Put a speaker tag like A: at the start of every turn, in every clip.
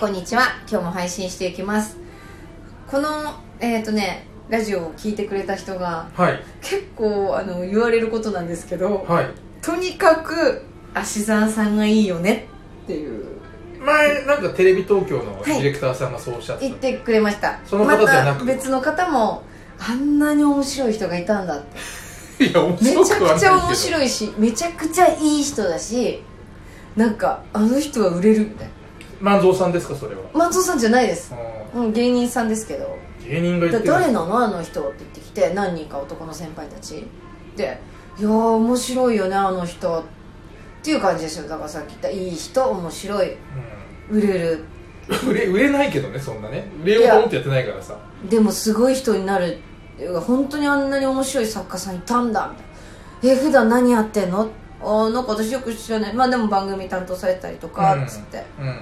A: こんにちは。今日も配信していきます。この、えっ、とね、ラジオを聞いてくれた人が、
B: はい
A: 結構、あの、言われることなんですけど、
B: はい
A: とにかく、芦沢さんがいいよねっていう、
B: 前なんかテレビ東京の
A: い
B: ディレクターさんがそうおっしゃって、
A: 言ったてくれました。
B: その方じゃな
A: ま
B: く
A: た別の方も、あんなに面白い人がいたんだって。
B: い、や面
A: め
B: 白
A: ちゃ
B: くはない
A: く
B: け
A: ち
B: ど
A: ゃ面白いし、めちゃくちゃいい人だし、なんか、あの人は売れるみたいな。
B: 万蔵さんですかそれは
A: 松尾さんじゃないです。
B: う
A: うん、芸人さんですけど。
B: ん芸人が言
A: で
B: ってる
A: 誰なのあの人って言ってきて何人か男の先輩たちで「いやー面白いよねあの人」っていう感じですよだからさっき言った「いい人面白い売れる
B: うん、売れ売れないけどねそんなね売れようと思ってやってないからさ
A: でもすごい人になる本当にあんなに面白い作家さんいたんだ」みたいな「え普段何やってんの?」あーなんか私よく知らないまあでも番組担当されたりとか
B: うん
A: っつって、
B: うん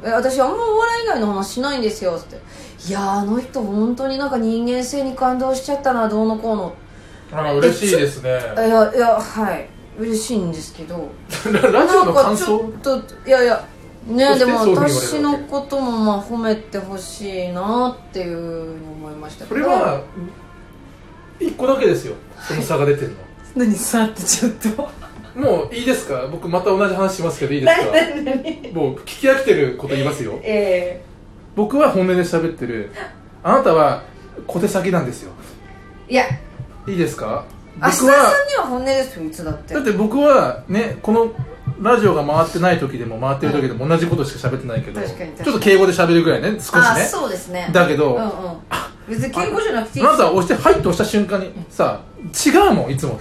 A: え私あんまお笑い以外の話しないんですよ」っつって「いやーあの人本当になんか人間性に感動しちゃったなどうのこうの」
B: あ嬉しいですね
A: いやいやはい嬉しいんですけど
B: ララジオ
A: な
B: の
A: ん
B: 感
A: かちょ
B: 想
A: っといやいや
B: そ
A: ね
B: して
A: でも
B: そういうふうに言われるわけ
A: 私のこともまあ褒めてほしいなっていうふうに思いましたけ
B: そ
A: ど
B: れは一個だけですよその差が出てる
A: 何さってちょっと
B: のもういいですか僕また同じ話しますけどいい ですかもう聞き飽きてること言いますよ
A: え
B: 僕は本音で喋ってるあなたは小手先なんですよ
A: えいや
B: いいですか
A: 明日さん
B: 僕
A: に
B: は
A: は本音ですよいつだって
B: だって僕はねこのラジオが回ってない時でも回ってる時でも同じことしか喋ってないけど、
A: 確かに確かに
B: ちょっと敬語で喋るぐらいね少
A: あ
B: し
A: あ
B: ね
A: そうですね
B: だけ
A: う
B: ど、
A: んう
B: あ
A: ん別に敬語じゃなくていい
B: なたは押して「はい」と押した瞬間にさ違うもんいつもと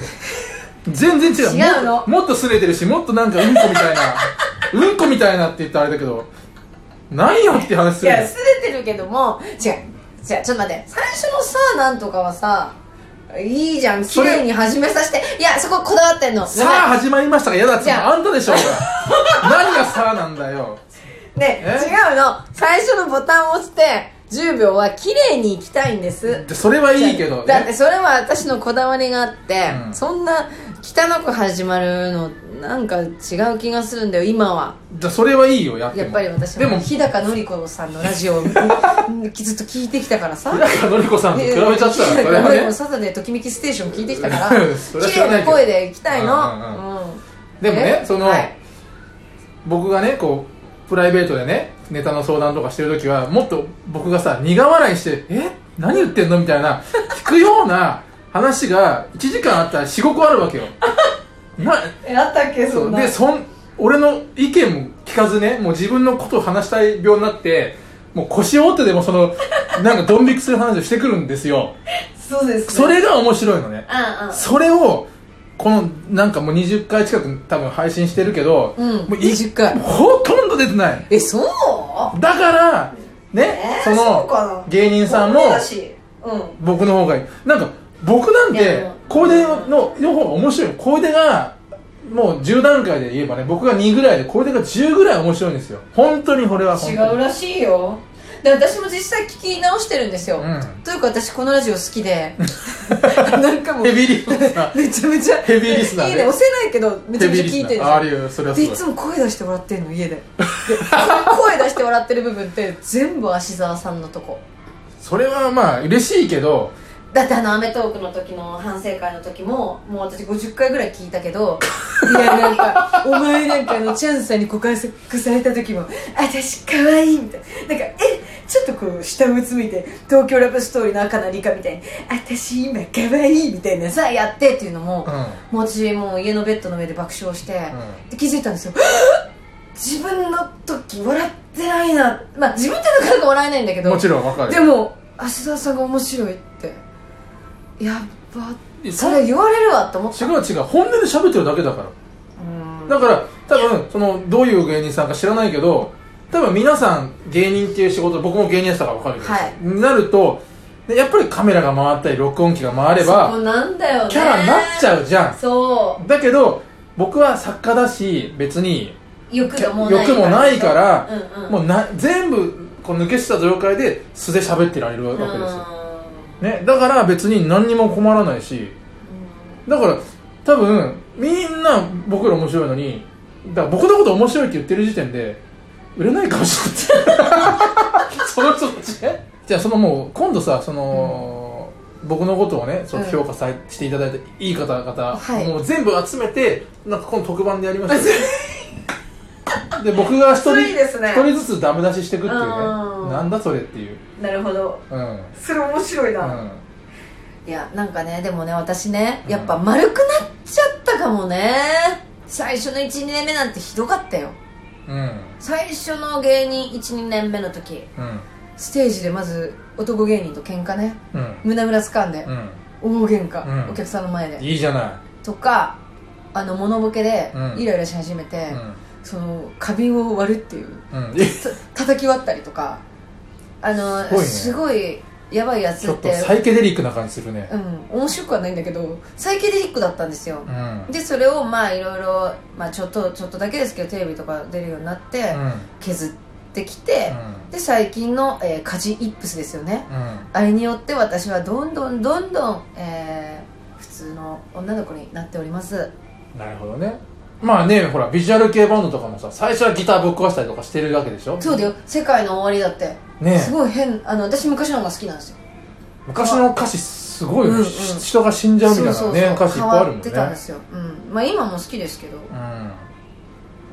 B: 全然違う
A: 違うの
B: もっともっとすねてるしもっとなんかうんこみたいな うんこみたいなって言ったらあれだけどないよって話す
A: い
B: る
A: やすれてるけども違う違うちょっと待って最初のさなんとかはさいいじゃん綺
B: それ
A: 麗に始めさせていやそここだわってんの
B: さあ始まりましたが嫌だっつう
A: じゃ
B: の
A: あ
B: あんたでしょう が何がさあなんだよ
A: ごめんね
B: え
A: 違うの最初のボタンを押して10秒は綺麗にいきたいんです
B: でそれはいいけど、ね、
A: だってそれは私のこだわりがあって、
B: うん
A: そんな汚く始まるのなんか違う気がするんだよ今は
B: だそれはいいよやっても
A: やっぱり私
B: でも
A: は日高のり子さんのラジオを うんずっと聞いてきたからさ
B: 日高のり子さんと比べちゃったら
A: え
B: こ
A: ー
B: れは
A: もう
B: ね
A: サタデーときめきステーション聞いてきたから
B: それは
A: 綺
B: 知
A: 麗
B: らない
A: な
B: けど
A: 声で行きたい
B: うん
A: の、うん
B: でも ね
A: え
B: その、
A: はい
B: 僕がねこうプライベートでねネタの相談とかしてる時はもっと僕がさ苦笑いして「え何言ってんの?」みたいな聞くような話が1時間あったら45個あるわ けよな
A: えあったっけ
B: そうでそん俺の意見も聞かずねもう自分のことを話したい病になってもう腰を折ってでもそのなんかドン引きする話をしてくるんです よ
A: そうです、ね、
B: それが面白いのね
A: あ
B: それをこのなんかもう20回近く多分配信してるけど、
A: うん
B: もうい
A: 20回
B: ほとんど出てない
A: えそう
B: だからね、
A: えー
B: そ
A: そうか
B: の
A: な
B: 芸人さんも
A: 骨だしうん
B: 僕の方がいいなんか僕なん
A: いやで
B: て
A: も
B: 小出のの方が面白い小出がもう10段階で言えばね僕が2ぐらいで小出が10ぐらい面白いんですよ本当にこれは本
A: 違
B: 当
A: う
B: に
A: らしいよで私も実際聞き直してるんですよ、
B: うん
A: というか私このラジオ好き でなんかもう
B: ヘビーリスナー
A: めちゃめちゃ
B: ヘビーリスナーね
A: 家で押せないけど めちゃめちゃ聞いてるんです
B: あ
A: よ
B: ありうそれはす
A: で
B: ご
A: い
B: い
A: つも声出して笑ってんの家ででその声出して笑ってる部分って全部芦沢さんのとこ
B: それはまあ嬉しいけど
A: だってあの『アメトーーク』の時の反省会の時ももう私50回ぐらい聞いたけどいやなん かお前なんかあのチャンさんに告白された時も「私可愛いみたいななんかえちょっとこう下をうつむいて「東京ラブストーリー」の赤な理香みたいに「私今可愛いみたいなさやってっていうのも、
B: うん
A: もう私もう家のベッドの上で爆笑して、
B: ん
A: で気づいたんですよ 自分の時笑ってないなまあ自分ってなかなか笑えないんだけど
B: もちろんわかる
A: でも芦沢さんが面白いってやっば
B: いや
A: それ言われるわって思っ
B: 違
A: た
B: う違う本音で喋ってるだけだから
A: うん
B: だから多分そのどういう芸人さんか知らないけど多分皆さん芸人っていう仕事僕も芸人やってたから分かるけど、
A: はい
B: になるとでやっぱりカメラが回ったり録音機が回れ
A: そ
B: ば
A: うなんだよね
B: キャラになっちゃうじゃ
A: そ
B: んだけど僕は作家だし別に
A: う欲がもうない
B: 欲もないから
A: うんうん
B: もうな全部こう抜けした状態で素で喋ってられるわ
A: う
B: け
A: ん
B: ですよ、ね、だから別に何にも困らないしだから多分みんな僕 ら面白いのにだから僕のこと面白いって言ってる時点で売れないかもしれないじゃあそのもう今度さその、僕のことをねそう
A: うん
B: 評価さ、していただいていい方々、
A: はい
B: もう全部集めてなんか今度特番でやりましょうで僕が一
A: そ
B: 人
A: れいいですね
B: 一人ずつダメ出ししていくっていうね
A: うん
B: なんだそれっていう
A: なるほど
B: うん、うん、
A: それ面白いいやなんかねでもね私ねやっぱ丸くなっちゃったかもね最初の12年目なんてひどかったよ
B: うん
A: 最初の芸人12年目の時
B: うん
A: ステージでまず男芸人と喧嘩ね
B: うん
A: 胸ぐらつかんで
B: うん
A: 大喧嘩、
B: うん
A: お客さんの前で
B: いいじゃな
A: とかあのモノボケで
B: うん
A: イライラし始めて
B: い、、
A: その花瓶を割るっていう
B: うんうん、え
A: た叩き割ったりとかあの
B: すごいね
A: すごいやばいやつ
B: ちょ
A: っ
B: っと
A: て
B: サイケデリックな感じするね
A: うん面白くはないんだけどサイケデリックだったんですよ
B: う、ん
A: でそれをまあいろいろ、まあ、ちょっとちょっとだけですけどテレビとか出るようになって、
B: うん
A: 削ってきて、
B: う
A: で最近の、えーカジ・イップスですよね
B: んうん
A: あれによって私はどんどんどんどん、えー普通の女の子になっております
B: なるほどねまあねほらビジュアル系バンドとかもさ最初はギターぶっ壊したりとかしてるわけでしょ
A: そうだよ世界の終わりだって、
B: ね
A: すごい変あの私昔の方が好きなんですよ
B: 昔の歌詞すごいよ、
A: うんうん
B: し人が死んじゃうみたいなね
A: そうそうそう
B: 歌詞いっ
A: 変
B: ぱいあ
A: わ
B: るもん
A: っ
B: ね
A: てたんですよ、うんまあ、今も好きですけど
B: うん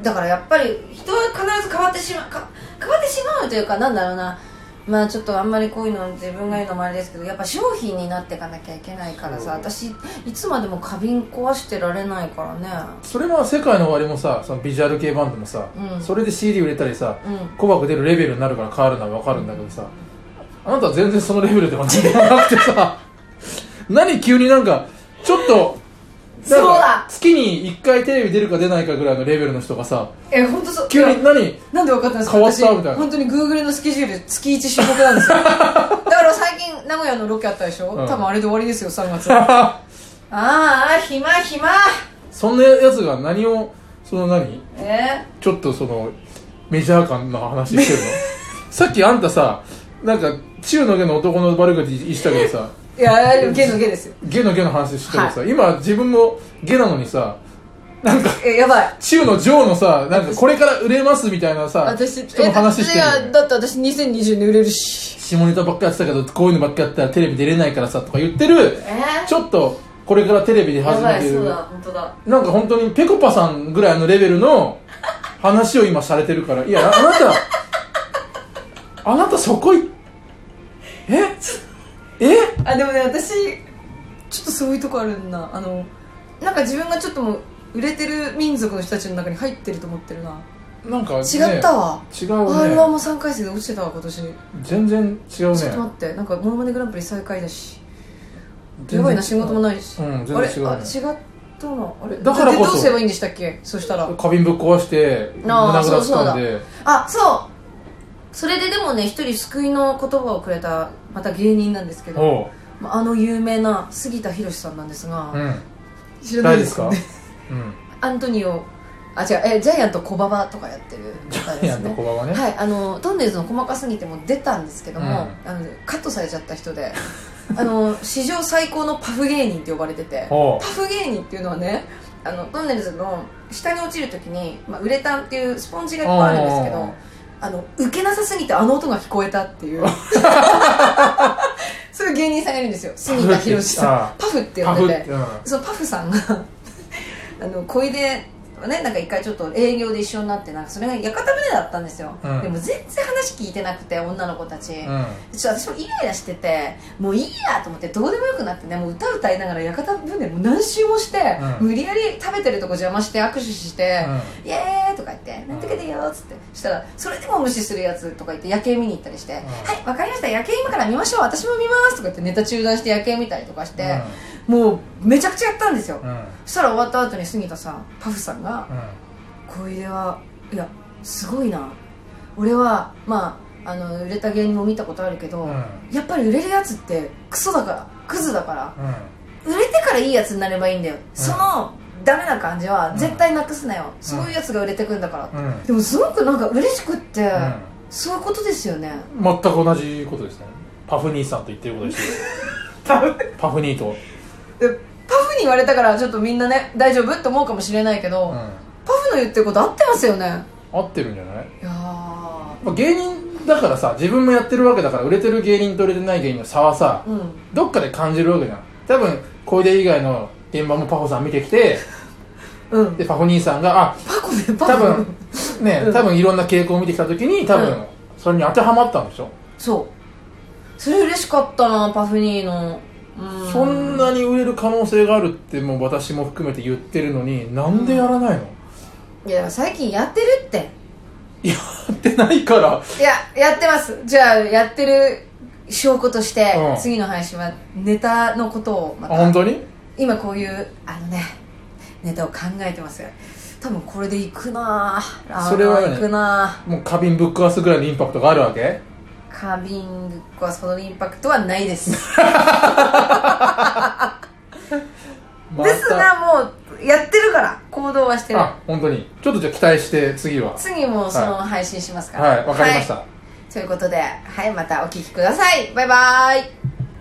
A: だからやっぱり人は必ず変わってしまうか変わってしまうというかなんだろうなまあちょっとあんまりこういうの自分が言うのもあれですけどやっぱ商品になっていかなきゃいけないからさ私いつまでも花瓶壊してられないからね
B: それは世界の終わりもさそのビジュアル系バンドもさ、
A: うん
B: それで CD 売れたりさ
A: うん
B: 紅白出るレベルになるから変わるのは分かるんだけどさあなたは全然そのレベルでは何もなくてさ 何急になんかちょっと
A: そうだ
B: なんか月に1回テレビ出るか出ないかぐらいのレベルの人がさ
A: え本当そう
B: 急
A: い
B: に
A: や
B: 何
A: なんで分かったんですか
B: 変わった
A: 私
B: みたいな
A: 本当に Google のスケジュール月一種目なん ですよだから最近名古屋のロケあったでしょ、
B: うん
A: 多分あれで終わりですよ3月 ああ暇暇
B: そんなやつが何をその何
A: え
B: ちょっとそのメジャー感の話してる のさっきあんたさなんか中の下の男の悪口言したけどさ
A: いやでもゲのゲですよ
B: 下の下の話してるけどさ、今自分も下なのにさなんか
A: えやばい
B: 中の上のさなんかこれから売れますみたいなさ
A: 私
B: 人の話してる
A: え
B: よね
A: だだって私2020年売れるし
B: 下ネタばっかやってたけどこういうのばっかやったらテレビ出れないからさとか言ってる
A: えー、
B: ちょっとこれからテレビで
A: や
B: 始
A: ば
B: め
A: い
B: て
A: そう
B: る
A: だ本当だ
B: なんか本当にぺこぱさんぐらいのレベルの話を今されてるからいやああなたあなたそこいえ え
A: あでもね私ちょっとそういうとこあるんだあのなんか自分がちょっともう売れてる民族の人たちの中に入ってると思ってるな
B: なんか、ね、
A: 違ったわ、
B: 違
A: r 1
B: うね
A: も3回戦で落ちてたわ今年、
B: 全然違うね
A: ちょっと待ってなんか「モノマネグランプリ」最下位だし
B: 全然
A: やばいな仕事もないし、
B: うん全然
A: あれ
B: 違うね
A: あ違ったのあれ
B: だからこそ
A: でどうすればいいんでしたっけそしたら
B: 花瓶ぶっ壊して胸ぐ
A: あー
B: らつかんで
A: あそうそれででもね一人救いの言葉をくれたまた芸人なんですけど
B: おう
A: まああの有名な杉田博さんなんですが、
B: うん
A: 知らない
B: 誰
A: で
B: ですす
A: か
B: か
A: ね
B: うん
A: アントニオあ違うえジャイアント小馬場とかやってる方
B: い
A: で
B: や
A: す
B: と
A: ね
B: こばはね
A: はいあのトンネルズの細かすぎてもう出たんですけども、あのカットされちゃった人であの史上最高のパフ芸人って呼ばれてて
B: おう
A: パフ芸人っていうのはねあのトンネルズの下に落ちるときに、まあ、ウレタンっていうスポンジがいっぱいあるんですけ
B: おー
A: どあの受けなさすぎてあの音が聞こえたっていう そういう芸人さんがいるんですよ杉田博さんパフって呼
B: パ
A: ん
B: フ
A: で
B: って
A: て
B: うん
A: そのパフさんが あの小出ねなんか一回ちょっと営業で一緒になってなんかそれが屋形船だったんですよ、
B: うん
A: でも全然話聞いてなくて女の子たち、
B: うん
A: ちょっと私もイライラしててもういいやと思ってどうでもよくなってねもう歌歌いながら屋形船もう何周もして、
B: うん
A: 無理やり食べてるとこ邪魔して握手して
B: う
A: 「
B: ん
A: イエーイ!」とか言って「なんとかでよ」っつってそしたら「それでも無視するやつ」とか言って夜景見に行ったりして「はいわかりました夜景今から見ましょう私も見ます」とか言ってネタ中断して夜景見たりとかして、もうめちゃくちゃやったんですよ、
B: うんうん
A: そしたら終わった後に杉田さんパフさんが「
B: うん
A: 小出はいやすごいな俺はまああの売れた芸人も見たことあるけど、
B: うん
A: やっぱり売れるやつってクソだからクズだから
B: うん
A: 売れてからいいやつになればいいんだよ、そのダメな感じは絶対なくすなよ、そういうやつが売れてくんだから、
B: うんうん
A: でもすごくなんか嬉しくって、そういうことですよね
B: 全く同じことですねパフ兄さんと言ってることです
A: パフ
B: パフ兄と、
A: でパフに言われたからちょっとみんなね大丈夫って思うかもしれないけど、
B: うん、
A: パフの言ってること合ってますよね
B: 合ってるんじゃない、
A: いやー
B: まあ、芸人だからさ自分もやってるわけだから売れてる芸人と売れてない芸人の差はさ
A: うん
B: どっかで感じるわけじゃん多分小出以外の現場もパホさん見てきて
A: うん
B: でパホ兄さんがあ
A: パコねパコ
B: 多分ね
A: うん
B: 多分いろんな傾向を見てきた時に多
A: うん
B: 分それに当てはまったんでしょ
A: そうそれ嬉しかったなパフニーのうん
B: そんなに売れる可能性があるってもう私も含めて言ってるのになんでやらないの、
A: いや最近やってるって
B: やってないから
A: いややってますじゃあやってる証拠として、
B: うん
A: 次の配信はネタのことをま
B: あ
A: た
B: 本当に
A: 今こういうあのねネタを考えてます多分これでいくなぁラーメン
B: それはね
A: いくな
B: もう花瓶ぶっ壊すぐらいのインパクトがあるわけ
A: ぁカービングはそのインパクトはないです
B: ま
A: です
B: た
A: がもうやってるから行動はしてる
B: あ本当にちょっとじゃあ期待して次は
A: 次もその配信しますから
B: はいわかりました、
A: はいということではいまたお聞きくださいバイバーイ